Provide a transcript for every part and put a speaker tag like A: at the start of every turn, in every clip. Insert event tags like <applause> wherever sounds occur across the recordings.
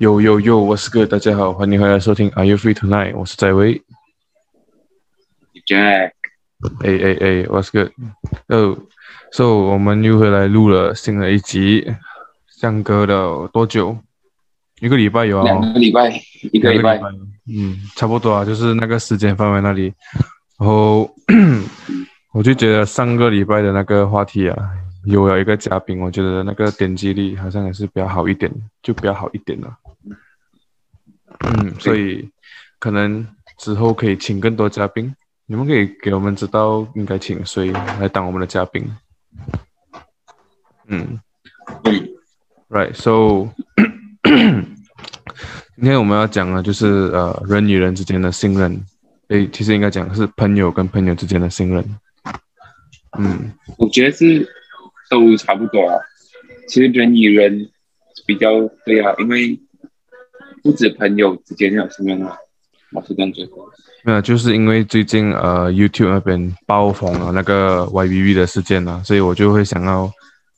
A: Yo yo yo，我是个大家好，欢迎回来收听 Are You Free Tonight？我是翟维。
B: Jack，
A: 哎哎哎，What's good？哦、so,，so 我们又回来录了新的一集，相隔了多久？一个礼拜有啊、
B: 两个礼拜，一
A: 一
B: 个礼拜，
A: 嗯，差不多啊，就是那个时间范围那里。然后 <clears throat> 我就觉得上个礼拜的那个话题啊，有了一个嘉宾，我觉得那个点击率好像也是比较好一点，就比较好一点了。嗯，所以可能之后可以请更多嘉宾，你们可以给我们知道应该请谁来当我们的嘉宾。嗯，
B: 嗯，
A: Right, so <clears throat> 今天我们要讲的就是呃人与人之间的信任，诶，其实应该讲是朋友跟朋友之间的信任。嗯，
B: 我觉得是都差不多啊。其实人与人比较对啊，因为不止朋友之间有信任啊，我是这样觉得。
A: 没有，就是因为最近呃 YouTube 那边爆红了那个 YBB 的事件啊，所以我就会想要，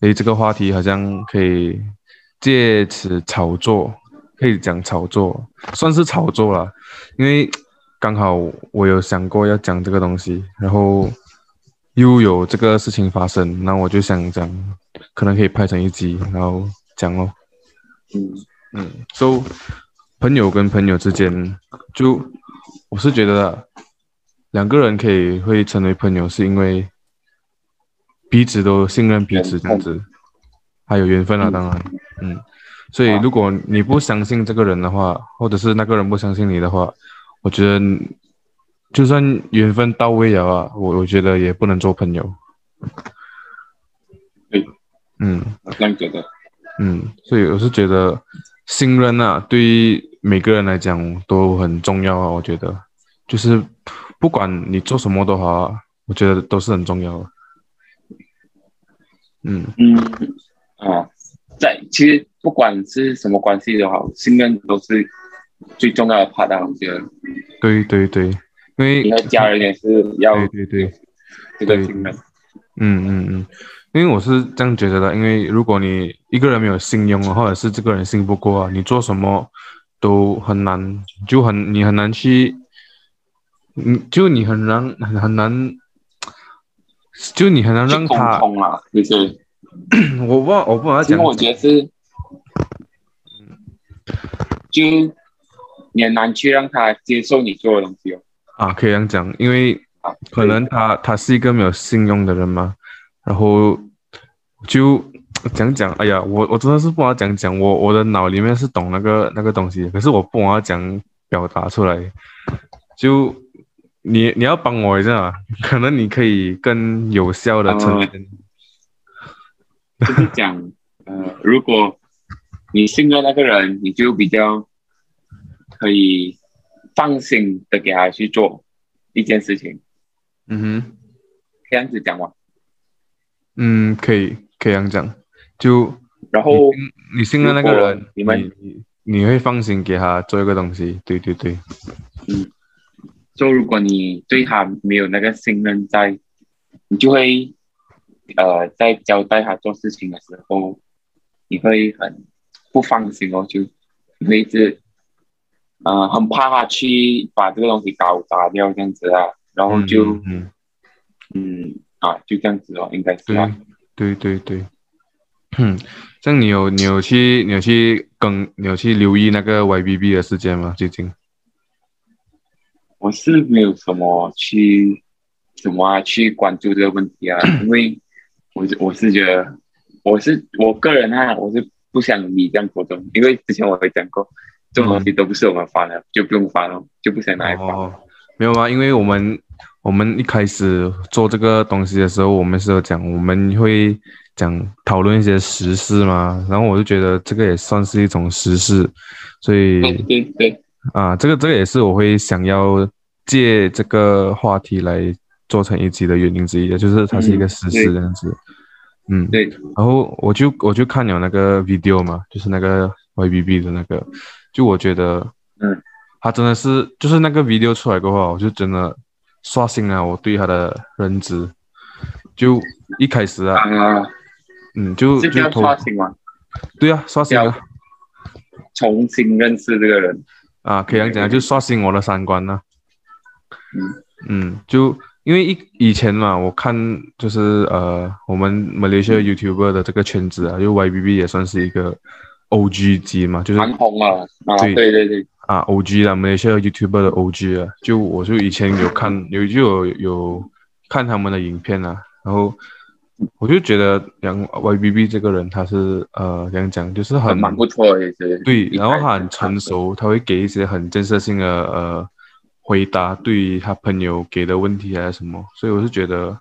A: 诶，这个话题好像可以借此炒作，可以讲炒作，算是炒作啦，因为刚好我有想过要讲这个东西，然后又有这个事情发生，那我就想讲，可能可以拍成一集，然后讲哦。
B: 嗯，
A: 嗯，so 朋友跟朋友之间，就我是觉得啊两个人可以会成为朋友，是因为彼此都信任彼此这样子，还有缘分啊，
B: 嗯
A: 当然，嗯，所以
B: 啊
A: 如果你不相信这个人的话，或者是那个人不相信你的话，我觉得你就算缘分到位了啊，我我觉得也不能做朋友。
B: 对，
A: 嗯。
B: 我这样觉得。
A: 嗯，所以我是觉得信任啊，对于每个人来讲都很重要啊。我觉得，就是不管你做什么都好啊，我觉得都是很重要的。嗯，
B: 嗯，啊，在其实不管是什么关系都好，信任都是最重要的 part 啊。我觉得
A: 对对对，因为
B: 你和家人也是要
A: 对对对，
B: 这个信任。
A: 嗯嗯嗯，因为我是这样觉得的，因为如果你一个人没有信用啊，或者是这个人信不过啊，你做什么都很难，就很你很难去，你就你很难很很难，就你很难让
B: 去沟
A: 他，
B: 通啊，就是。
A: <clears throat> 我不知道我不知道要
B: 其实
A: 讲，嗯
B: 我觉得是，就你很难去让他接受你做的东西哦。
A: 啊，可以这样讲，因为
B: 啊
A: 可能他他是一个没有信用的人嘛，然后就讲讲，哎呀，我我真的是不好讲讲，我我的脑里面是懂那个那个东西，可是我不好讲表达出来，就你你要帮我一下，啊 <laughs> 可能你可以更有效的呈现，
B: 对就是讲，呃，如果你信任那个人，你就比较可以放心的给他去做一件事情，
A: 嗯哼。
B: 这样子讲嘛。
A: 嗯，可以，可以这样讲。就
B: 然后
A: 你信你信任那个
B: 哦如
A: 人
B: 果，你们
A: 你你会放心给他做一个东西，对对对，
B: 就如果你对他没有那个信任在，你就会呃在交代他做事情的时候，你会很不放心哦，就你会一直呃很怕他去把这个东西搞砸掉这样子啊，然后就
A: 嗯嗯
B: 嗯啊就这样子哦，应该是
A: 对
B: 吧？
A: 对对对，嗯，像你有你有去你有去更你有去留意那个 YBB 的事件吗？最近？
B: 我是没有什么去怎么啊去关注这个问题啊，因为我是我是觉得我是我个人啊，我是不想理这样沟通，因为之前我也讲过，这种东西都不是我们发的，就不用发了，就不想拿来发。
A: 哦，没有啊，因为我们我们一开始做这个东西的时候，我们是有讲我们会讲讨论一些时事嘛，然后我就觉得这个也算是一种时事，所以
B: 对对对，
A: 啊，这个这个也是我会想要借这个话题来做成一集的原因之一，就是它是一个实事
B: 对
A: 这样子。嗯，
B: 对。
A: 然后我就我就看了那个 video 嘛，就是那个 YBB 的那个，就我觉得，
B: 嗯，
A: 他真的是就是那个 video 出来过后啊，我就真的刷新了我对他的认知。就一开始啊，
B: 啊，
A: 嗯，就是
B: 这
A: 就
B: 叫
A: 投
B: 刷新吗？
A: 对啊，刷新
B: 要
A: 啊
B: 重新认识这个人，
A: 啊，可以这样讲啊，就刷新我的三观呐、
B: 嗯
A: 嗯，就因为一以前嘛，我看就是呃，我们马来西亚 YouTuber 的这个圈子啊，就 YBB 也算是一个 OG 级嘛，就是
B: 蛮红啊啊，
A: 对
B: 对对对，
A: 啊 OG 啦，马来西亚 YouTuber 的 OG 啊，就我就以前有看有就有有看他们的影片啊，然后我就觉得杨 YBB 这个人他是呃怎样讲，就是很
B: 蛮不错的，也是
A: 对，
B: 一
A: 然后
B: 开始
A: 他很成熟，他会给一些很建设性的呃回答，对于他朋友给的问题啊还是什么，所以我是觉得，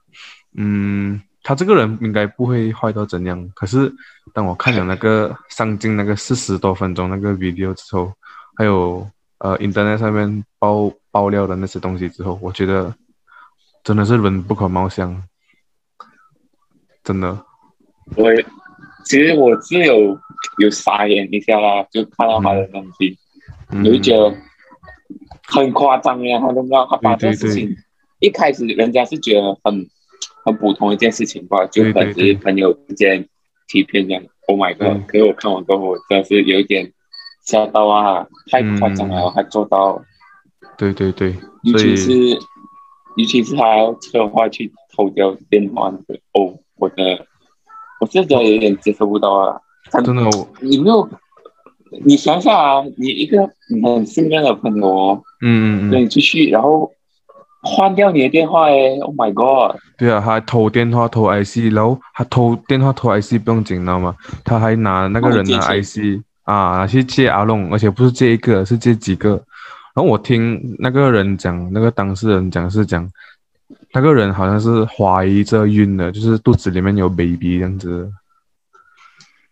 A: 嗯，他这个人应该不会坏到怎样。可是当我看了那个上镜那个四十多分钟那个 video 之后，还有呃 internet 上面爆爆料的那些东西之后，我觉得真的是人不可貌相，真的，
B: 我也其实我是有有傻眼一下啦，就看到他的东西，
A: 嗯
B: 有一觉得很夸张呀，他都不知道他把这
A: 对对
B: 个事情一开始人家是觉得很很普通一件事情吧，就
A: 对
B: 可
A: 对
B: 能只
A: 对
B: 是朋友之间欺骗这样。Oh my
A: 对
B: god！可是我看完过后，我真的是有一点吓到啊，太夸张了，
A: 嗯
B: 他做到，
A: 对对对，
B: 尤
A: 所
B: 其
A: 以
B: 是尤其是他要策划去偷掉电话那个，哦，我的我是真的有点接受不到啊。
A: 真的我
B: 你没有，你想想啊，你一个你很信任的朋友哦，
A: 嗯嗯嗯
B: 跟。你出去，然后换掉你的电话哎，Oh my god！
A: 对啊，他还偷电话偷 IC，然后他偷电话偷 IC 不用紧，你知道吗？他还拿那个人的
B: 帮我借
A: IC 啊去借阿龙，而且不是借一个，是借几个。然后我听那个人讲，那个当事人讲是讲，那个人好像是怀着孕的，就是肚子里面有 baby 这样子。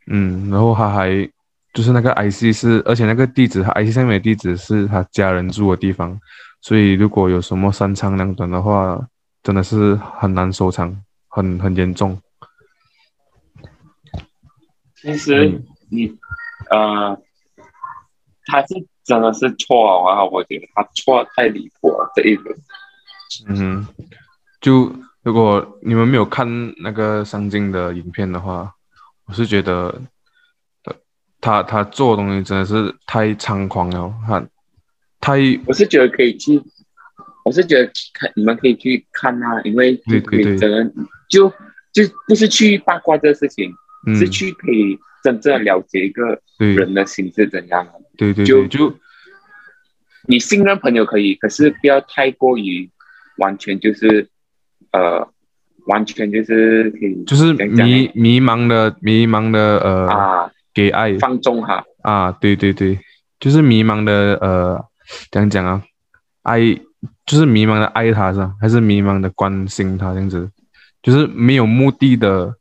A: 嗯，然后他还就是那个 IC 是，而且那个地址，他 IC 上面的地址是他家人住的地方，所以如果有什么三长两短的话，真的是很难收场，很很严重。
B: 其实
A: 嗯
B: 你，呃，他是真的是错啊，我觉得他错太离谱了，这一轮。
A: 嗯哼，就如果你们没有看那个上镜的影片的话，我是觉得，呃他他做的东西真的是太猖狂了，他太
B: 我是觉得可以去，我是觉得看你们可以去看啊，因为
A: 对对对
B: 你真的就就不是去八卦这个事情，
A: 嗯，
B: 是去可以真正了解一个
A: 对
B: 人的心是怎样的。
A: 对对
B: 就
A: 对，就
B: 你信任朋友可以，可是不要太过于完全就是，呃，完全就是可以
A: 就是
B: 讲讲
A: 迷迷茫的迷茫的呃、
B: 啊
A: 给爱
B: 放纵哈，
A: 啊，对对对，就是迷茫的呃，怎样讲啊？爱就是迷茫的爱他是吧？还是迷茫的关心他这样子？就是没有目的的、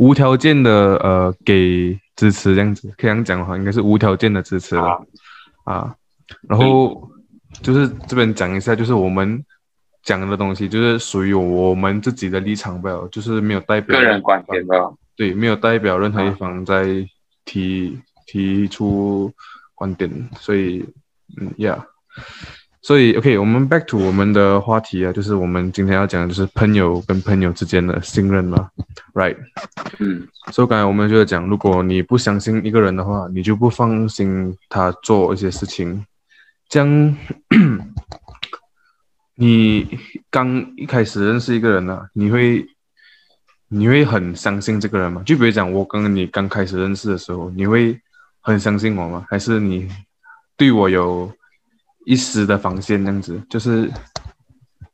A: 无条件的呃给支持这样子，可以这样讲哈，应该是无条件的支持了
B: 啊
A: 啊。然后就是这边讲一下，就是我们讲的东西，就是属于我们自己的立场吧，就是没有代表
B: 个人观点的，
A: 对，没有代表任何一
B: 啊
A: 方在提、提出观点，所以嗯，yeah，所以 OK，我们 back to 我们的话题啊，就是我们今天要讲的就是朋友跟朋友之间的信任嘛，right？
B: 嗯，
A: 所以刚才我们就在讲，如果你不相信一个人的话，你就不放心他做一些事情。这样，你刚一开始认识一个人呢、你会你会很相信这个人吗？就比如讲，我跟你刚开始认识的时候，你会很相信我吗？还是你对我有一丝的防线？这样子就是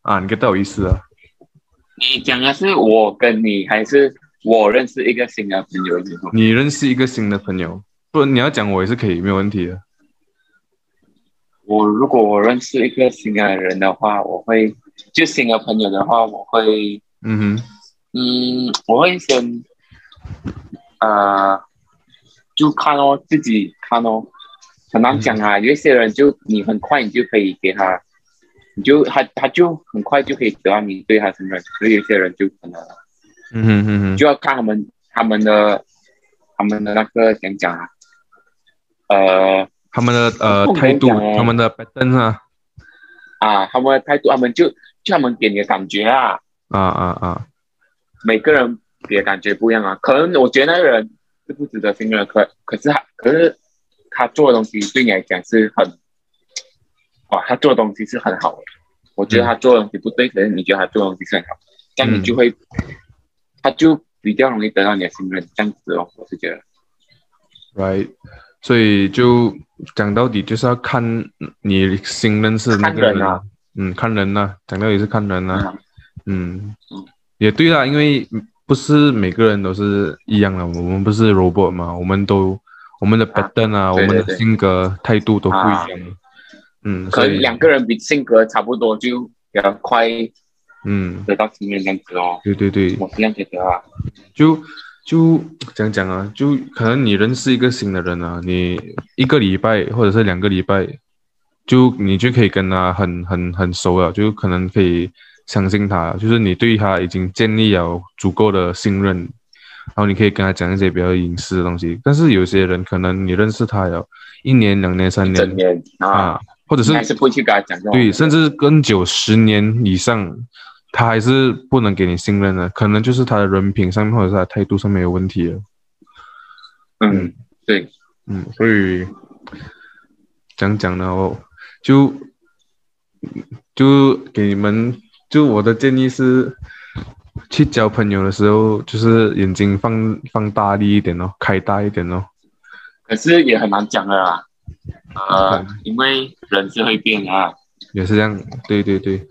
A: 啊，你 get 到我意思啊？
B: 你讲的是我跟你还是我认识一个新的朋友之后，
A: 你认识一个新的朋友，不，你要讲我也是可以，没有问题的。
B: 我如果我认识一个新的人的话，我会就新的朋友的话，我会
A: 嗯哼。
B: 嗯，我会先呃，就看哦，自己看哦，很难讲啊。有一些人就你很快你就可以给他，你就他他就很快就可以得到你对他信任，所以有些人就可能
A: 嗯哼哼哼，
B: 就要看他们他们的他们的那个怎样讲啊，呃
A: 他们的呃
B: 我跟你
A: 态度
B: 讲，哦
A: 他们的 pattern 啊
B: 啊，他们的态度，他们就就他们给你的感觉啊，
A: 啊啊啊，
B: 每个人也感觉不一样啊。可能我觉得那个人是不值得信任的，可可是他可是他做的东西对你来讲是很，哇，他做的东西是很好的。我觉得他做的东西不对，可是你觉得他做的东西是很好，这样你就会，
A: 嗯
B: 他就比较容易得到你的信任，这样子哦，我是觉得。
A: ，right？所以就讲到底就是要看你新认识的那个
B: 看人啊
A: 嗯，看人呐、讲到底是看人呐、啊
B: 嗯
A: 嗯
B: 嗯，
A: 也对啦，因为不是每个人都是一样的，我们不是 robot 嘛，我们都我们的 pattern 啊，
B: 对
A: 我们的
B: 对
A: 性格态度都不一样。嗯，
B: 可
A: 所
B: 能
A: 以
B: 两个人比性格差不多，就比较快
A: 嗯，
B: 得到信任这样子哦。
A: 对对对，
B: 我是这样觉得啊。
A: 就就讲讲啊，就可能你认识一个新的人啊，你一个礼拜或者是两个礼拜，就你就可以跟他很很很熟了，就可能可以相信他，就是你对他已经建立了足够的信任，然后你可以跟他讲一些比较隐私的东西。但是有些人可能你认识他了一年、两年、三
B: 正
A: 年
B: 面啊
A: 啊，，或者
B: 你
A: 是
B: 还是不会去跟他讲这种。
A: 对，甚至更久十年以上，他还是不能给你信任的，可能就是他的人品上面或者是他的态度上面有问题了。
B: 嗯，对，
A: 嗯，所以讲讲呢，
B: 哦
A: 我就就给你们，就我的建议是，去交朋友的时候，就是眼睛放放大力一点哦，开大一点哦。
B: 可是也很难讲的啦。呃，
A: 嗯
B: 因为人是会变的啊，
A: 也是这样，对对对，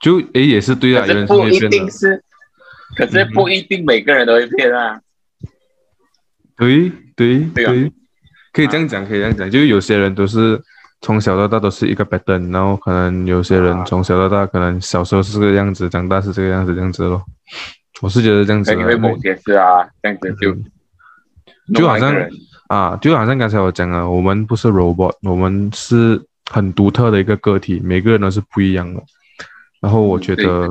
A: 就诶也是对啊，
B: 可
A: 有
B: 是
A: 人是
B: 不
A: 会
B: 一
A: 变的
B: 定。是，可是不一定每个人都会变啊。
A: 对对
B: 对啊
A: 可以这样讲，可以这样讲，就是有些人都是从小到大都是一个 pattern，然后可能有些人
B: 啊
A: 从小到大可能小时候是这个样子，长大是这个样子，这样子咯。我是觉得这样子
B: 可
A: 啊，
B: 能因为某些事啊，这样子就
A: 嗯就好像
B: 弄到一个人
A: 啊，就好像刚才我讲啊了，我们不是 robot，我们是很独特的一个个体，每个人都是不一样的。然后我觉
B: 对
A: 得，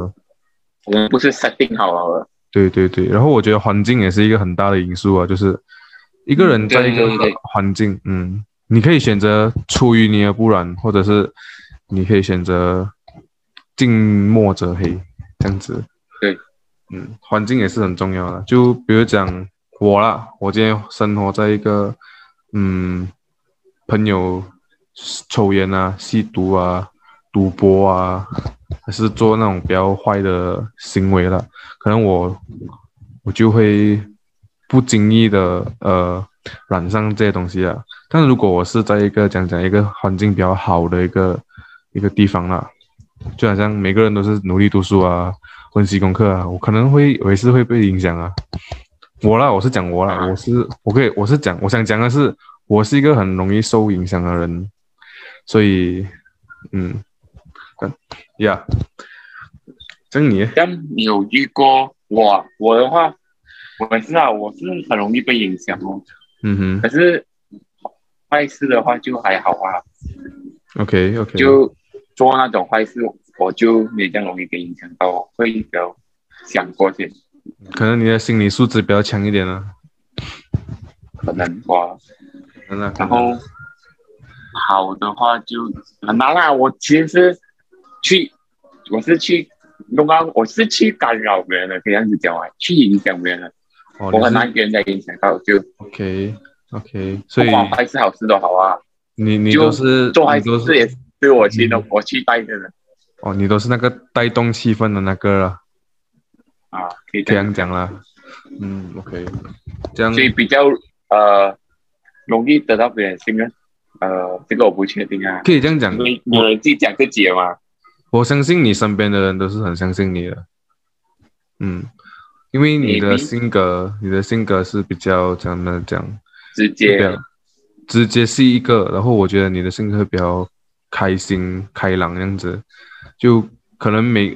B: 我们不是 setting 好了，
A: 对对对，然后我觉得环境也是一个很大的因素啊，就是一个人在一个
B: 嗯对对对对
A: 环境，嗯，你可以选择出淤泥而啊不染，或者是你可以选择近墨者黑这样子。
B: 对，
A: 嗯，环境也是很重要的。就比如讲我啦，我今天生活在一个嗯，朋友抽烟啊、吸毒啊、赌博啊，还是做那种比较坏的行为了，可能我我就会不经意的呃染上这些东西啊。但如果我是在一个讲讲一个环境比较好的一个一个地方啦，就好像每个人都是努力读书啊、温习功课啊，我可能会我也是会被影响啊。我啦，我是讲我啦，
B: 啊
A: 我是我可以我是讲我想讲的是，我是一个很容易受影响的人，所以嗯，呀、yeah,，这样你
B: 这样你有遇过我？我的话，我也是啊，我是很容易被影响哦。
A: 嗯
B: 可是坏事的话就还好啊，
A: 哼，OK OK，
B: 就做那种坏事，我就没这样容易被影响到，会比较想过些，
A: 可能你的心理素质比较强一点啊了、
B: 可能吧。
A: 可能啊，可能啊
B: 然后好的话就很难啦。我其实是去，我是去弄到，我是去干扰别人的，可以这样子讲啊，去影响别人的，
A: 哦，
B: 我很
A: 你是
B: 难给人家影响到，就
A: OK OK，所
B: 不
A: 以
B: 管坏事好事都好啊。
A: 你你
B: 就
A: 都是
B: 做坏
A: 你都
B: 事也
A: 是
B: 是我去弄，我去带着的
A: 哦，你都是那个带动气氛的那个了，
B: 啊，可以
A: 可
B: 这
A: 以这
B: 样，
A: 样讲啦，嗯 OK，这样
B: 所以比较呃容易得到别人信任。呃，这个我不确定啊，
A: 可以这样讲
B: 因，为有人自己讲自己的嘛。
A: 我相信你身边的人都是很相信你的，嗯，因为你的
B: Maybe
A: 性格，你的性格是比较怎么讲？
B: 直接
A: 对啊，直接是一个，然后我觉得你的性格比较开心、开朗这样子，就可能每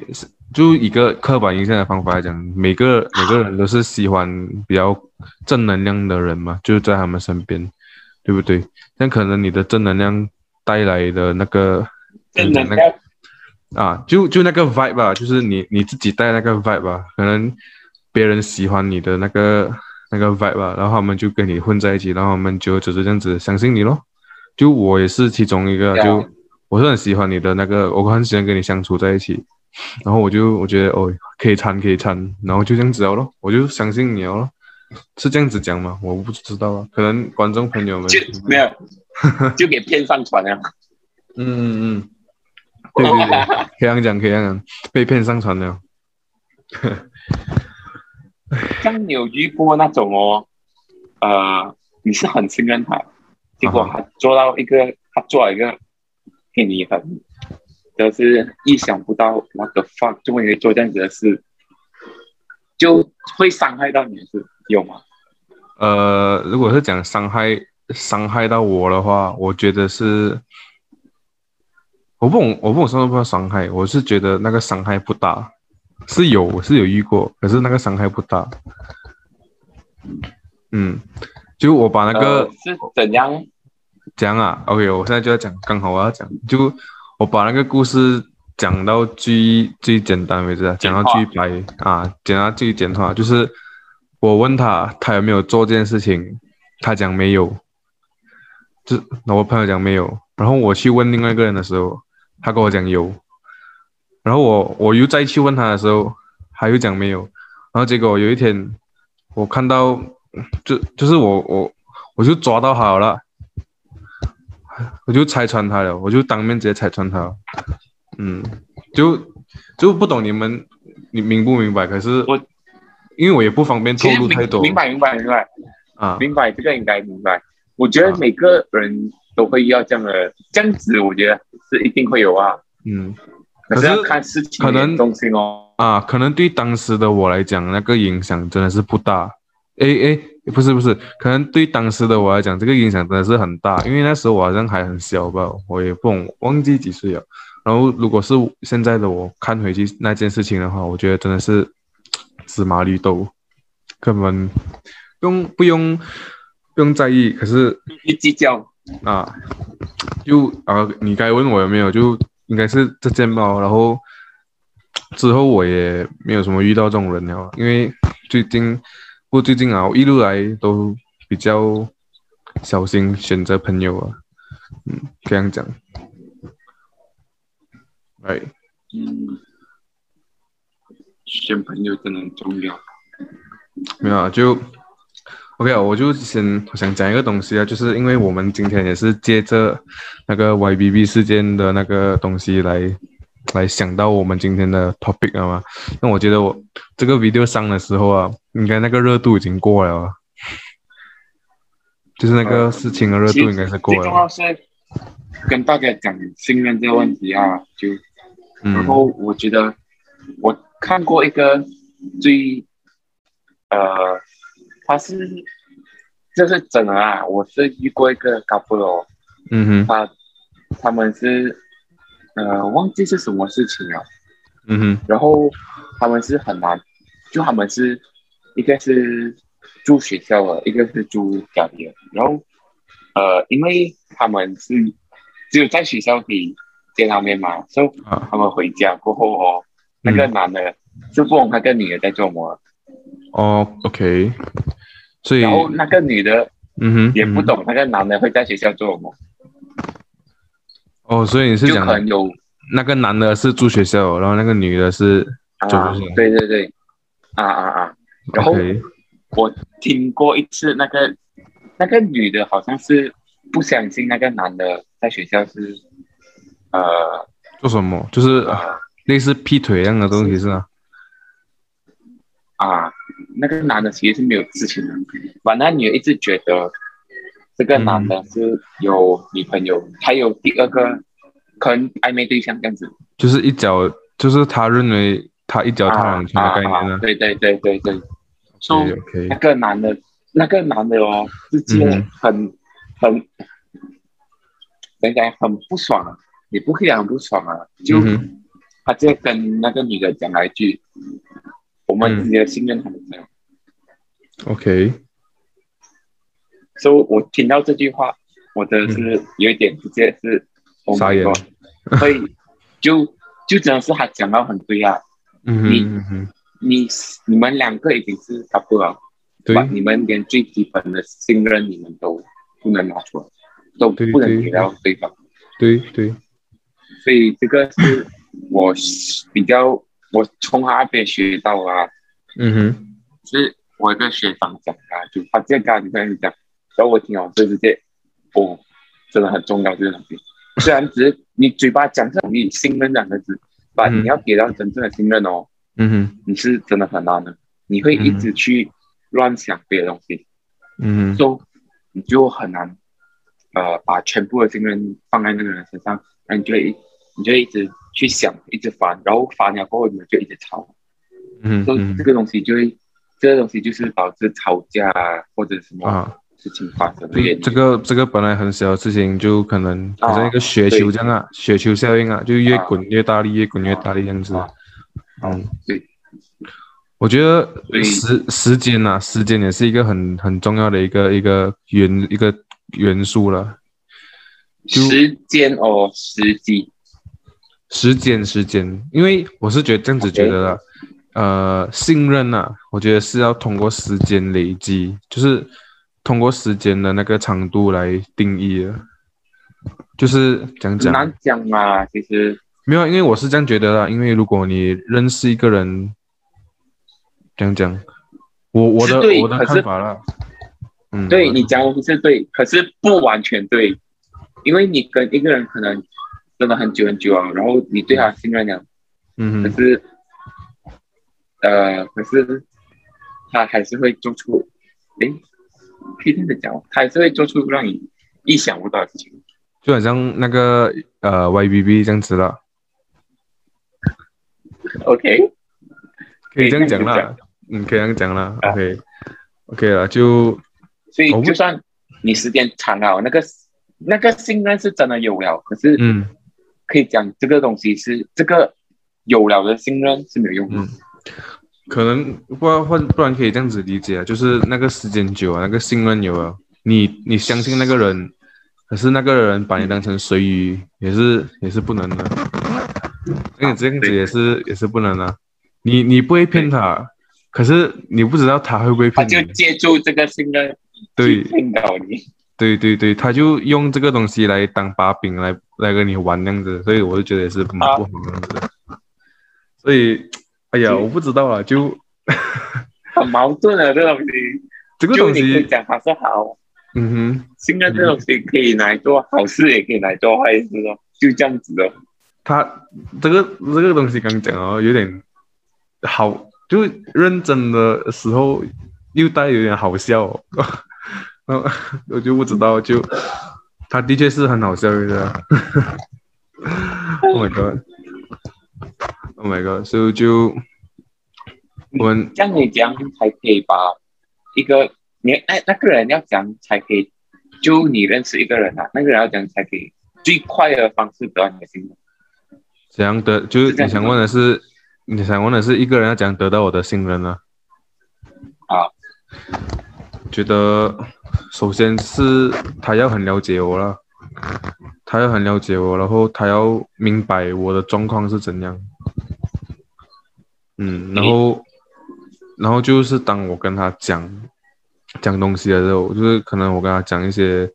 A: 就一个刻板印象的方法来讲，每个每个人都是喜欢比较正能量的人嘛，就在他们身边，对不对？但可能你的正能量带来的那个
B: 正能
A: 那
B: 量
A: 啊，就就那个 vibe 吧，就是你你自己带那个 vibe 吧，可能别人喜欢你的那个那个 vibe 吧，然后他们就跟你混在一起，然后他们就就是这样子相信你咯。就我也是其中一个，
B: 对啊
A: 就我是很喜欢你的那个，我很喜欢跟你相处在一起，然后我就我觉得哦，可以参可以参，然后就这样子了咯，我就相信你了咯，是这样子讲吗？我不知道啊，可能观众朋友们
B: 就没有
A: <laughs>
B: 就给骗上船了。
A: 嗯嗯嗯，对对对，可以这样讲，可以这样讲，被骗上船了。
B: 像你有遇过那种哦，呃，你是很信任他，结果
A: 啊
B: 他做到一个，他做了一个给你很，就是意想不到那个 fuck，怎么你会做这样子的事，就会伤害到你的事，有吗？
A: 呃，如果是讲伤害伤害到我的话，我觉得是，我不懂，我不懂什么叫伤害，我是觉得那个伤害不大，是有我是有遇过，可是那个伤害不大。嗯，就我把那个、
B: 呃、是怎样？
A: 讲啊，OK，我现在就要讲，刚好我要讲，就我把那个故事讲到最最简单为止啊，讲到最白啊，讲到最简化，就是我问他他有没有做这件事情，他讲没有，就那我朋友讲没有，然后我去问另外一个人的时候，他跟我讲有，然后我我又再去问他的时候，他又讲没有，然后结果有一天我看到就就是我我我就抓到他了。我就拆穿他了，我就当面直接拆穿他了。嗯，就就不懂你们你明不明白？可是
B: 我
A: 因为我也不方便透
B: 其实
A: 露太多
B: 明明白明白明白
A: 啊，
B: 明白，这个应该明白。我觉得
A: 啊
B: 每个人都会遇到这样的这样子，我觉得是一定会有啊。
A: 嗯
B: 可
A: 可
B: 是
A: 是
B: 要看事情
A: 可
B: 的
A: 能
B: 严重性哦。
A: 啊，可能对当时的我来讲，那个影响真的是不大。诶诶，不是不是，可能对当时的我来讲，这个影响真的是很大，因为那时候我好像还很小吧，我也不懂忘记几岁了。然后如果是现在的我看回去那件事情的话，我觉得真的是芝麻绿豆，根本不用不用不用在意。可是
B: 一计较，
A: 啊，就啊，你该问我有没有，就应该是这件猫，然后之后我也没有什么遇到这种人了，因为最近不过最近啊，我一路来都比较小心选择朋友啊，嗯，这样讲，哎，
B: 嗯，选朋友真的很重要。
A: 没有啊，就 OK 啊，我就先我想讲一个东西啊，就是因为我们今天也是借着那个 YBB 事件的那个东西来来想到我们今天的 topic 啊嘛。那我觉得我这个 video 上的时候啊，应该那个热度已经过了啊，就是那个事情的热
B: 呃其
A: 度
B: 实
A: 应该是
B: 最
A: 过
B: 重
A: 了
B: 要。是跟大家讲信任这个问题啊，就然
A: 嗯
B: 后我觉得我看过一个最呃，他是这是真的啊，我是遇过一个 couple 哦，
A: 嗯哼
B: 他他们是呃忘记是什么事情啊了。
A: 嗯哼
B: 然后他们是很难，就他们是一个是住学校的，一个是住家里的。然后呃，因为他们是只有在学校可以见到面嘛，所以
A: 啊
B: 他们回家过后哦，那
A: 嗯
B: 个男的是不懂那个女的在做什么，
A: 哦 OK，所以
B: 然后那个女的
A: 嗯哼
B: 也不
A: 嗯
B: 懂那个男的会在学校做什么，
A: 哦，所以你是
B: 就
A: 讲
B: 可能有
A: 那个男的是住学校，然后那个女的是做
B: 啊
A: 不出来，
B: 对对对，啊啊啊，然后。
A: OK，
B: 我听过一次，那个那个女的好像是不相信那个男的在学校是，呃
A: 做什么？就是、啊
B: 呃
A: 类似劈腿一样的东西是吗？
B: 啊，那个男的其实是没有知情的，反正那女的一直觉得这个男的是有女朋友，还有第二个可能暧昧对象这样子
A: 就是一脚，就是他认为他一脚踏
B: 啊
A: 两船的
B: 啊
A: 概念
B: 啊
A: 呢，、
B: 对对对对对，
A: 所
B: 所
A: 以
B: 以
A: OK，
B: 那个男的，那个男的哦，直接
A: 嗯
B: 很、很，怎讲很不爽啊，也不可以讲很不爽啊，就、
A: 嗯哼
B: 他直接跟那个女的讲了一句，我们自己的信任很重
A: 嗯
B: 要。
A: OK，
B: 所以、我听到这句话，我真的是有一点直接是，我
A: 傻眼了，
B: 所以就就真的是他讲到很对啊，
A: 嗯
B: 你
A: 哼嗯哼，
B: 你你们两个已经是 couple 了。
A: 对
B: 把你们连最基本的信任你们都不能拿出来，都
A: 对
B: 不能
A: 对
B: 给到对方，
A: 对对，
B: 所以这个是我比较我从他那边学到啊，
A: 嗯哼，
B: 就是我一个学长讲啊，就他直接跟他女朋友讲，然后我听完就直接，哦，真的很重要这个东西。虽然只是你嘴巴讲是容易，信任两个字，把
A: 嗯
B: 你要给到真正的信任哦，
A: 嗯哼，
B: 你是真的很难的，你会一
A: 嗯
B: 直去乱想别的东西。
A: 嗯哼，
B: 就你就很难呃把全部的精力放在那个人身上，那你就会你就会一直去想，一直烦，然后烦了过后你们就一直吵，
A: 嗯
B: 所以
A: 哼
B: 这，个东西就会这个东西就是导致吵架啊或者什
A: 嗯
B: 么
A: 啊。
B: 事情发生的原
A: 对，
B: 因。
A: 这个这个本来很小的事情，就可能好像一个雪球这样啊，雪球效应啊，就越滚越大力，越滚越大力这样子。
B: 啊
A: 嗯，
B: 对，
A: 我觉得
B: 所以
A: 时时间呐、啊，时间也是一个很很重要的一个一个元一个元素了。就
B: 时间哦，时机
A: 时间，时间，因为我是觉得这样子觉得的呃，信任呐、我觉得是要通过时间累积，就是通过时间的那个长度来定义的。就是讲
B: 很
A: 讲，
B: 难讲嘛，其实
A: 没有啊，因为我是这样觉得啦。因为如果你认识一个人，这样讲，我我的
B: 是对
A: 我的
B: 可是
A: 看法啦，嗯，
B: 对
A: 我
B: 你讲的东西是对，可是不完全对，因为你跟一个人可能真的很久很久啊，然后你对他信任了。
A: 嗯
B: 可
A: 哼，
B: 是，呃，可是他还是会做出，诶，可以这样子讲哦，他还是会做出让你意想不到的事情。
A: 就好像那个呃 YBB 这样子啦，
B: OK，
A: 可以这样讲
B: 可以
A: 啦，嗯，可以这样讲啦
B: 啊
A: ，OK OK 啦，就
B: 所以
A: 哦
B: 就算你时间长了，那个那个信任是真的有了，可是
A: 嗯
B: 可以讲这个东西是这个有了的信任是没有用的。
A: 嗯可能不然或不然可以这样子理解啊，就是那个时间久啊，那个信任有啊，你你相信那个人，可是那个人把你当成水鱼，也是也是不能的。那你这样子也是也是不能啊，你你不会骗他，可是你不知道他会不会
B: 他
A: 骗
B: 啊就
A: 你。
B: 借助这个信任
A: 嗯
B: 去
A: 对
B: 骗到你，
A: 对对对，他就用这个东西来当把柄来来跟你玩那样子，所以我就觉得也是蛮
B: 啊
A: 不好的样子。所以，哎呀，
B: 就
A: 我不知道啊，就
B: 很矛盾的这个东西。
A: 这个
B: 就
A: 东
B: 你可以
A: 西，
B: 讲它是好，
A: 嗯哼。
B: 信任这种东西可以拿来做好事，也可以拿来做坏事哦，就这样子的。
A: 他这个这个东西刚讲哦，有点好，就是认真的时候又带有点好笑、 <laughs> 哦，然后我就不知道，就他的确是很好笑的。oh my god！Oh my god！所、以就我们
B: 这样你这样才可以把一个你哎那个人要讲才可以，就你认识一个人啊，那个人要讲才可以最快的方式得到你的信任。
A: 怎样得？就是
B: 是这样
A: 你想问的是，你想问的是一个人要怎样得到我的信任呢？
B: 啊，
A: 觉得首先是他要很了解我了，他要很了解我，然后他要明白我的状况是怎样。嗯，然后，然后就是当我跟他讲讲东西的时候，就是可能我跟他讲一些，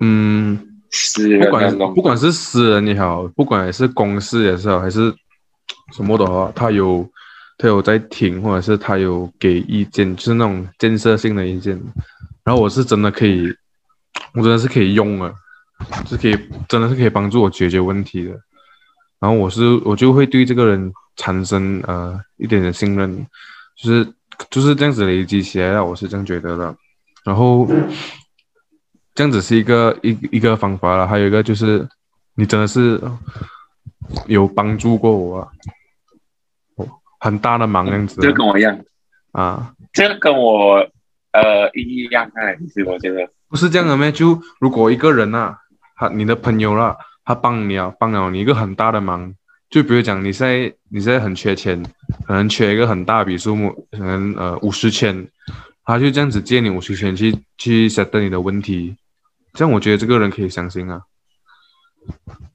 A: 嗯，
B: 私人
A: 不
B: 的
A: 管
B: 东西
A: 不管是私人也好，不管是公事也是好，还是什么的话，他有他有在听，或者是他有给意见，就是那种建设性的意见。然后我是真的可以，我真的是可以用了，是可以真的是可以帮助我解决问题的。然后我是我就会对这个人产生呃一点点信任，就是就是这样子累积起来的，我是这样觉得的。然后这样子是一个一一个方法了，还有一个就是你真的是有帮助过我、啊，我很大的忙这样子
B: 这跟我一样，
A: 啊，
B: 这跟我呃一样啊，其实我觉得
A: 不是这样的咩？就如果一个人啊，他你的朋友啦，他帮你啊，帮了你一个很大的忙，就比如讲你现在你现在很缺钱，可能缺一个很大笔数目，可能呃五十千，他就这样子借你五十千去去 settle 你的问题，这样我觉得这个人可以相信啊，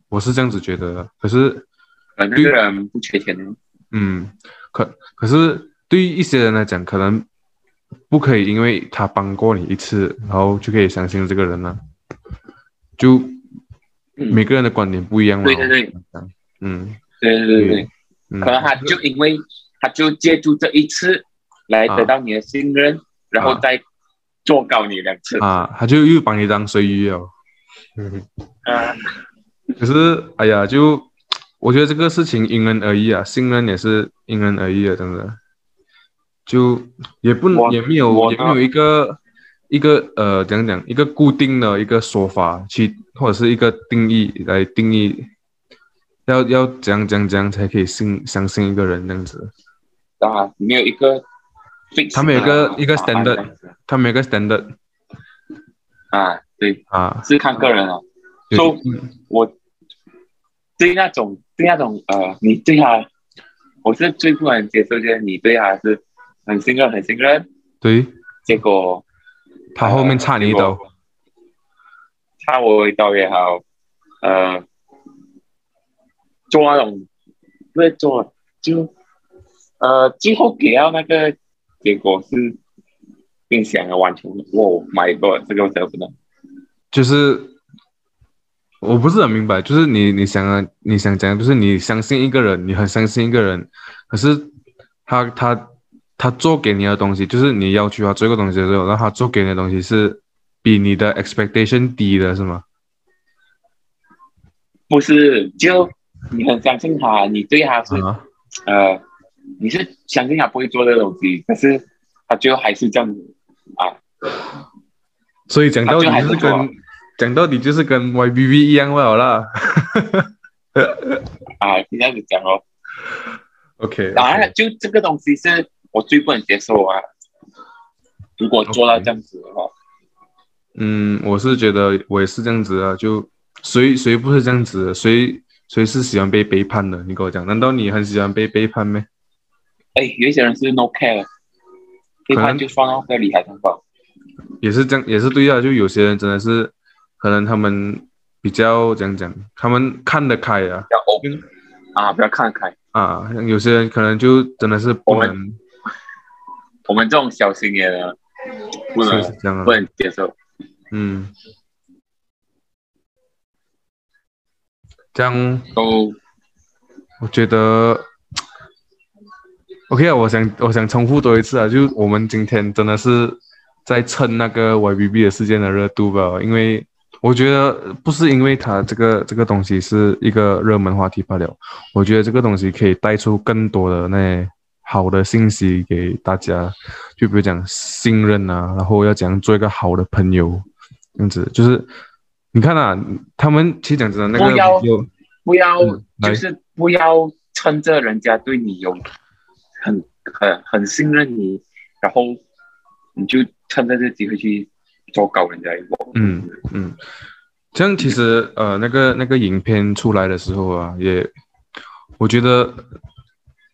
A: 我是这样子觉得的。可是
B: 呃那个人不缺钱的，
A: 嗯，可可是对于一些人来讲，可能不可以，因为他帮过你一次，然后就可以相信这个人了。就
B: 嗯
A: 每个人的观点不一样嘛。
B: 对对对
A: 我想讲，嗯
B: 对对对对，
A: 嗯，
B: 可能他就因为他就借助这一次来得到你的信任，然后再做高你两次。
A: 啊，他就又把你当水鱼了。嗯
B: 啊，
A: 可是，哎呀，就我觉得这个事情因人而异啊，信任也是因人而异的，真的。就也不
B: 我
A: 也没有
B: 我
A: 也
B: 呢
A: 没有一个一个呃讲讲一个固定的一个说法去或者是一个定义来定义，要要怎样怎样怎样才可以信相信一个人这样子。
B: 啊，没有一个 fix，
A: 他们有一个一个
B: 答案
A: standard
B: 这样子
A: 他们有个 standard
B: 啊，对，
A: 啊，
B: 是看个人啊。
A: 对
B: So 我对那种对那种呃，你对他，我是最不能接受就是你对他是很信任很信任，
A: 对，
B: 结果
A: 他后面插你一刀，
B: 插我一刀也好，呃，做那种不是做就呃，最后给到那个结果是并想的完全，我 my god，这个我真的不能。
A: 就是我不是很明白，就是你你想啊，你想讲，就是你相信一个人，你很相信一个人，可是他他他做给你的东西，就是你要求他做一个东西的时候，然后他做给你的东西是比你的 expectation 低的，是吗？
B: 不是，就你很相信他，你对他是、
A: 啊，
B: 呃，你是相信他不会做这个东西，可是他最后还是这样子啊，
A: 所以讲到底
B: 啊就还
A: 就是
B: 不错啊
A: 跟讲到底就是跟 YBB 一样罢了啦。 <laughs>
B: 啊，就这样子讲哦。
A: OK，
B: 当然，就这个东西是我最不能接受啊。如果做到
A: OK
B: 这样子的话，
A: 嗯，我是觉得我也是这样子啊，就谁谁不是这样子的，谁谁是喜欢被背叛的？你跟我讲，难道你很喜欢被背叛吗？
B: 哎，有一些人是 no care，背
A: 可
B: 叛
A: 能
B: 就放到个里海上吧。
A: 也是这样，也是对啊，就有些人真的是，可能他们比较怎样讲，他们看得开啊
B: 不要 open 啊，不要看得开。
A: 啊，有些人可能就真的是
B: 我
A: 不
B: 们
A: 能
B: 我们这种小心眼的，不
A: 就
B: 能
A: 是这样啊
B: 不，能接受。
A: 嗯，这样
B: 都
A: 我觉得 OK 啊，我想我想重复多一次啊，就我们今天真的是在蹭那个 YBB 的事件的热度吧，因为我觉得不是因为它这个这个东西是一个热门话题罢了，我觉得这个东西可以带出更多的那些好的信息给大家，就比如讲信任啊，然后要怎样做一个好的朋友，这样子就是你看啊，他们其实讲真的那个
B: 不要
A: video-
B: 不要，
A: 嗯来
B: 就是不要趁着人家对你有很很很信任你，然后你就趁着这机会去做搞人家一波。
A: 嗯嗯，这样其实呃，那个那个影片出来的时候啊，也我觉得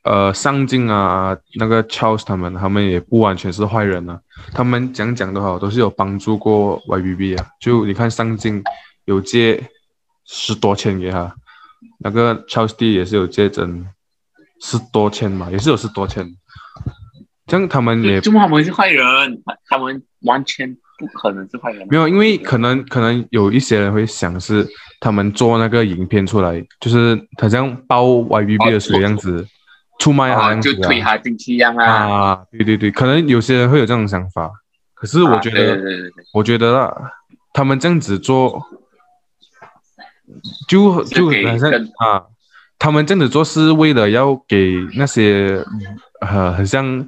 A: 呃，上镜啊，那个 Charles 他们，他们也不完全是坏人啊，他们讲讲的好，都是有帮助过 YBB 啊。就你看上镜有借十多千给他，那个 Charles D 也是有借整十多千嘛，也是有十多千，这样他们也
B: 就他们是坏人，他他们完全不可能是坏人。
A: 没有，因为可能可能有一些人会想是他们做那个影片出来，就是好像包 YBB 的水这样子，出卖他这
B: 哦啊，
A: 样
B: 就
A: 子
B: 推他进去一样
A: 啊
B: 啊。
A: 啊，对对对，可能有些人会有这种想法，可是我觉
B: 啊对
A: 得，
B: 对对对对
A: 我觉得啦，他们这样子做，就就是
B: 给
A: 好像
B: 更
A: 啊，他们这样子做是为了要给那些呃，很像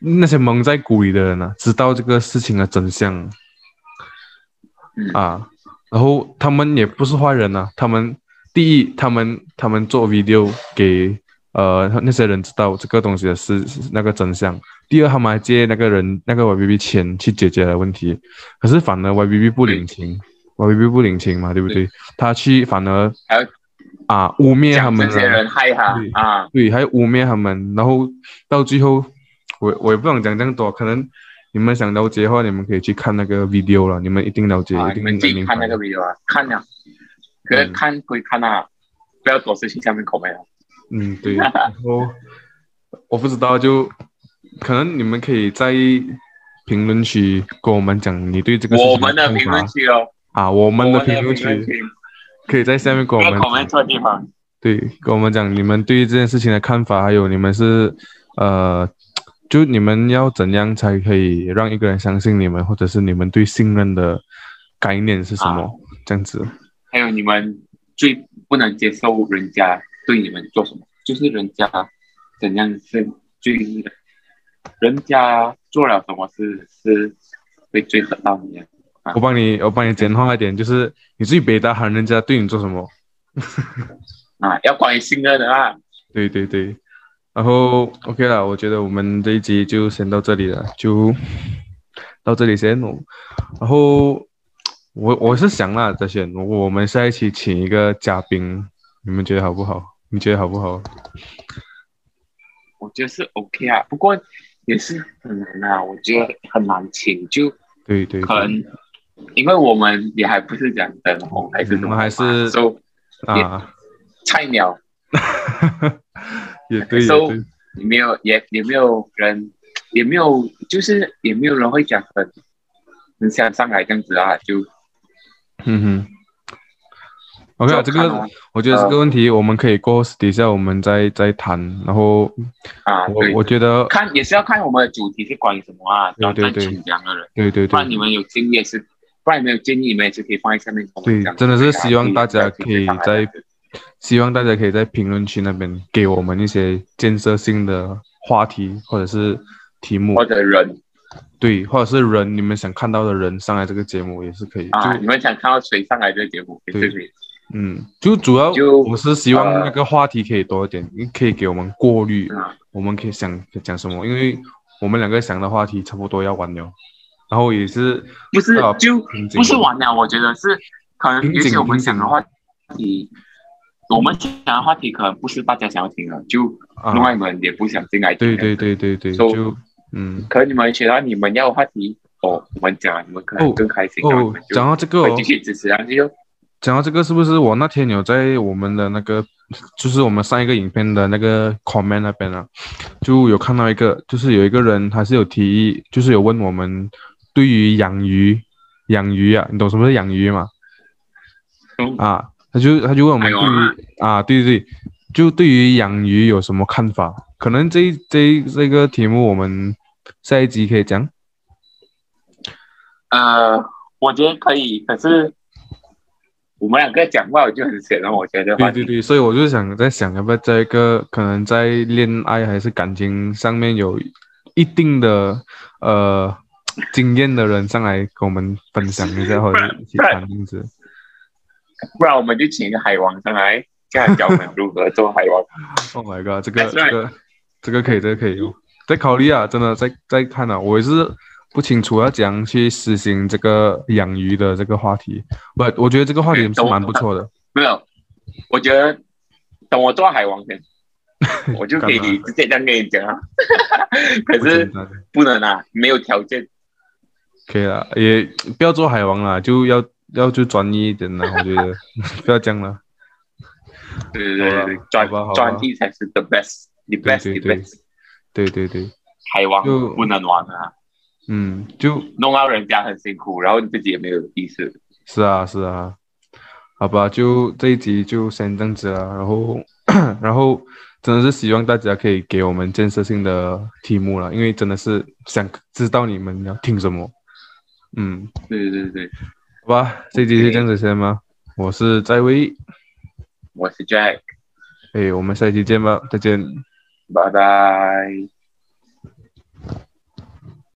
A: 那些蒙在鼓里的人啊，知道这个事情的真相。
B: 嗯
A: 啊，然后他们也不是坏人啊，他们第一，他们他们做 video 给呃那些人知道这个东西的是是那个真相。第二，他们还借那个人那个 YBB 钱去解决了问题，可是反而 YBB 不领情，YBB 不领情嘛，对不对？他去反而
B: 还要
A: 啊污蔑他
B: 讲
A: 们
B: 这
A: 啊，
B: 些人害他
A: 对
B: 啊，
A: 对，还有污蔑他们，然后到最后，我我也不想讲这样多，可能你们想了解的话，你们可以去看那个 video 了，你们一定了解，
B: 啊
A: 一
B: 你
A: 定
B: 们
A: 能
B: 自己
A: 明白
B: 看那个 video 啊，看了，可是
A: 嗯
B: 看归看啊，不要躲事情下面口没啊。 <laughs>
A: 嗯，对。然后我不知道，就可能你们可以在评论区跟我们讲你对这个事情
B: 我们的
A: 看法
B: 评论区哦，
A: 啊，我
B: 我
A: 们的
B: 们的
A: 评论
B: 评论
A: 区
B: 区，
A: 可以在下面跟
B: 不
A: 我
B: 要
A: 们
B: 口没错地方。
A: 对，跟我们讲你们对于这件事情的看法，还有你们是呃，就你们要怎样才可以让一个人相信你们，或者是你们对信任的概念是什么？
B: 啊
A: 这样子，
B: 还有你们最不能接受人家对你们做什么，就是人家怎样是最，人家做了什么事是会追得到你的。啊
A: 我帮你，我帮你简化一点，就是你最别大喊人家对你做什么。
B: 啊，要关于信任的啊啦。
A: 对对对，然后 OK 了，我觉得我们这一集就先到这里了，就到这里先。然后我我是想啦，哲轩，我们下一期请一个嘉宾，你们觉得好不好？你觉得好不好？
B: 我觉得是 OK 啊，不过也是很难啊，我觉得很难请，就
A: 对对
B: 可
A: 对
B: 能因为我们也还不是讲很红还是什
A: 嗯
B: 么
A: 我
B: 嘛，
A: 们还是
B: 就、so,
A: 啊，
B: 菜鸟，
A: <laughs> 也对也
B: So-
A: 对，
B: 也没有也也没有人，也没有就是也没有人会讲很很想上来这样子啊，就
A: 嗯哼。OK 啊，
B: 就
A: 这
B: 看
A: 个
B: 咯
A: 我觉得这个
B: 呃
A: 问题我们可以过后私底下我们再再谈。然后
B: 啊，
A: 我
B: 对，
A: 我觉得
B: 看也是要看我们的主题是关于什么啊，
A: 对对对
B: 请讲的人，
A: 对对
B: 不
A: 对
B: 然，你们有建议也是，不然你们有建议你们也是可以放在下面跟我们
A: 对
B: 讲
A: 真的是
B: 啊
A: 希望大家
B: 不要直接上
A: 可
B: 来
A: 以在
B: 这样子
A: 希望大家可以在评论区那边给我们一些建设性的话题或者是题目
B: 或，者人。
A: 对，或者是人你们想看到的人上来这个节目也是可以。
B: 啊，
A: 就
B: 你们想看到谁上来这个节目？也
A: 对
B: 是可以。
A: 嗯，就主要
B: 就
A: 我是希望
B: 呃
A: 那个话题可以多一点，你可以给我们过滤，
B: 嗯
A: 我们可以想讲什么，因为我们两个想的话题差不多要完了，然后也是
B: 不是
A: 啊
B: 就
A: 瓶颈
B: 不是完了，我觉得是可能，
A: 瓶
B: 也
A: 颈
B: 许我们
A: 瓶颈
B: 讲的话
A: 嗯
B: 题，我们讲的话题可能不是大家想要听的，就
A: 啊
B: 另，外你们也不想进来听。
A: 对对，对对对，
B: So-
A: 就嗯。
B: 可能你们学到你们要的话题，哦，我们讲，你们可
A: 哦
B: 能更开心，然后你
A: 哦
B: 们，
A: 讲
B: 就
A: 到这个、哦
B: 会，继续支持下去哦。
A: 讲到这个，是不是我那天有在我们的那个， <laughs> 就是我们上一个影片的那个 comment 那边啊，就有看到一个，就是有一个人还是有提议，就是有问我们对于养鱼，养鱼啊，你懂什么是养鱼吗？
B: 嗯
A: 啊，他就他就问我们
B: 还有
A: 对
B: 啊
A: 于啊，对对对，就对于养鱼有什么看法？可能这一这一这个题目我们下一集可以讲。
B: 呃，我觉得可以，可是我们两个讲话我就很显然，我觉得话
A: 对
B: 题
A: 对对，所以我就想在想，要不要在一个可能在恋爱还是感情上面有一定的呃经验的人上来跟我们分享一下，或者是一起谈这样子。
B: 不然我们就请一个海王上来，这样教我们如何做海王。
A: Oh my god，这个
B: That's
A: 这
B: right
A: 个这个可以，这个可以哦，再考虑啊，真的再再看啊，我也是不清楚要怎样去实行这个养鱼的这个话题，不，我觉得这个话题
B: 对
A: 是
B: 懂
A: 蛮不错的。
B: 没有，我觉得等我做海王
A: <laughs>
B: 前，我就可以
A: 干嘛
B: 直接这样跟你讲啊。 <laughs> 可
A: 不简
B: 是
A: 单。
B: 不能啊，没有条件。
A: 可以啦，也不要做海王啦，就要要就专业一点啦，我觉得 <laughs> 不要这样了。
B: 对对对对
A: 好
B: 对
A: 吧，
B: 专
A: 好吧好吧
B: 专一才是 the best，the
A: 对
B: best，the
A: 对对
B: best。
A: 对对对，
B: 海王
A: 就
B: 不能玩啊，
A: 嗯，就
B: 弄到人家很辛苦，然后你自己也没有意思。
A: 是啊是啊，好吧，就这一集就先这样子啦。然后 <coughs> 然后真的是希望大家可以给我们建设性的题目啦，因为真的是想知道你们要听什么。嗯，
B: 对对对对，
A: 好吧，这一集就这样子先吗？我是在威，
B: 我是 Jack，
A: 哎，我们下一期见吧，再见。
B: 拜拜。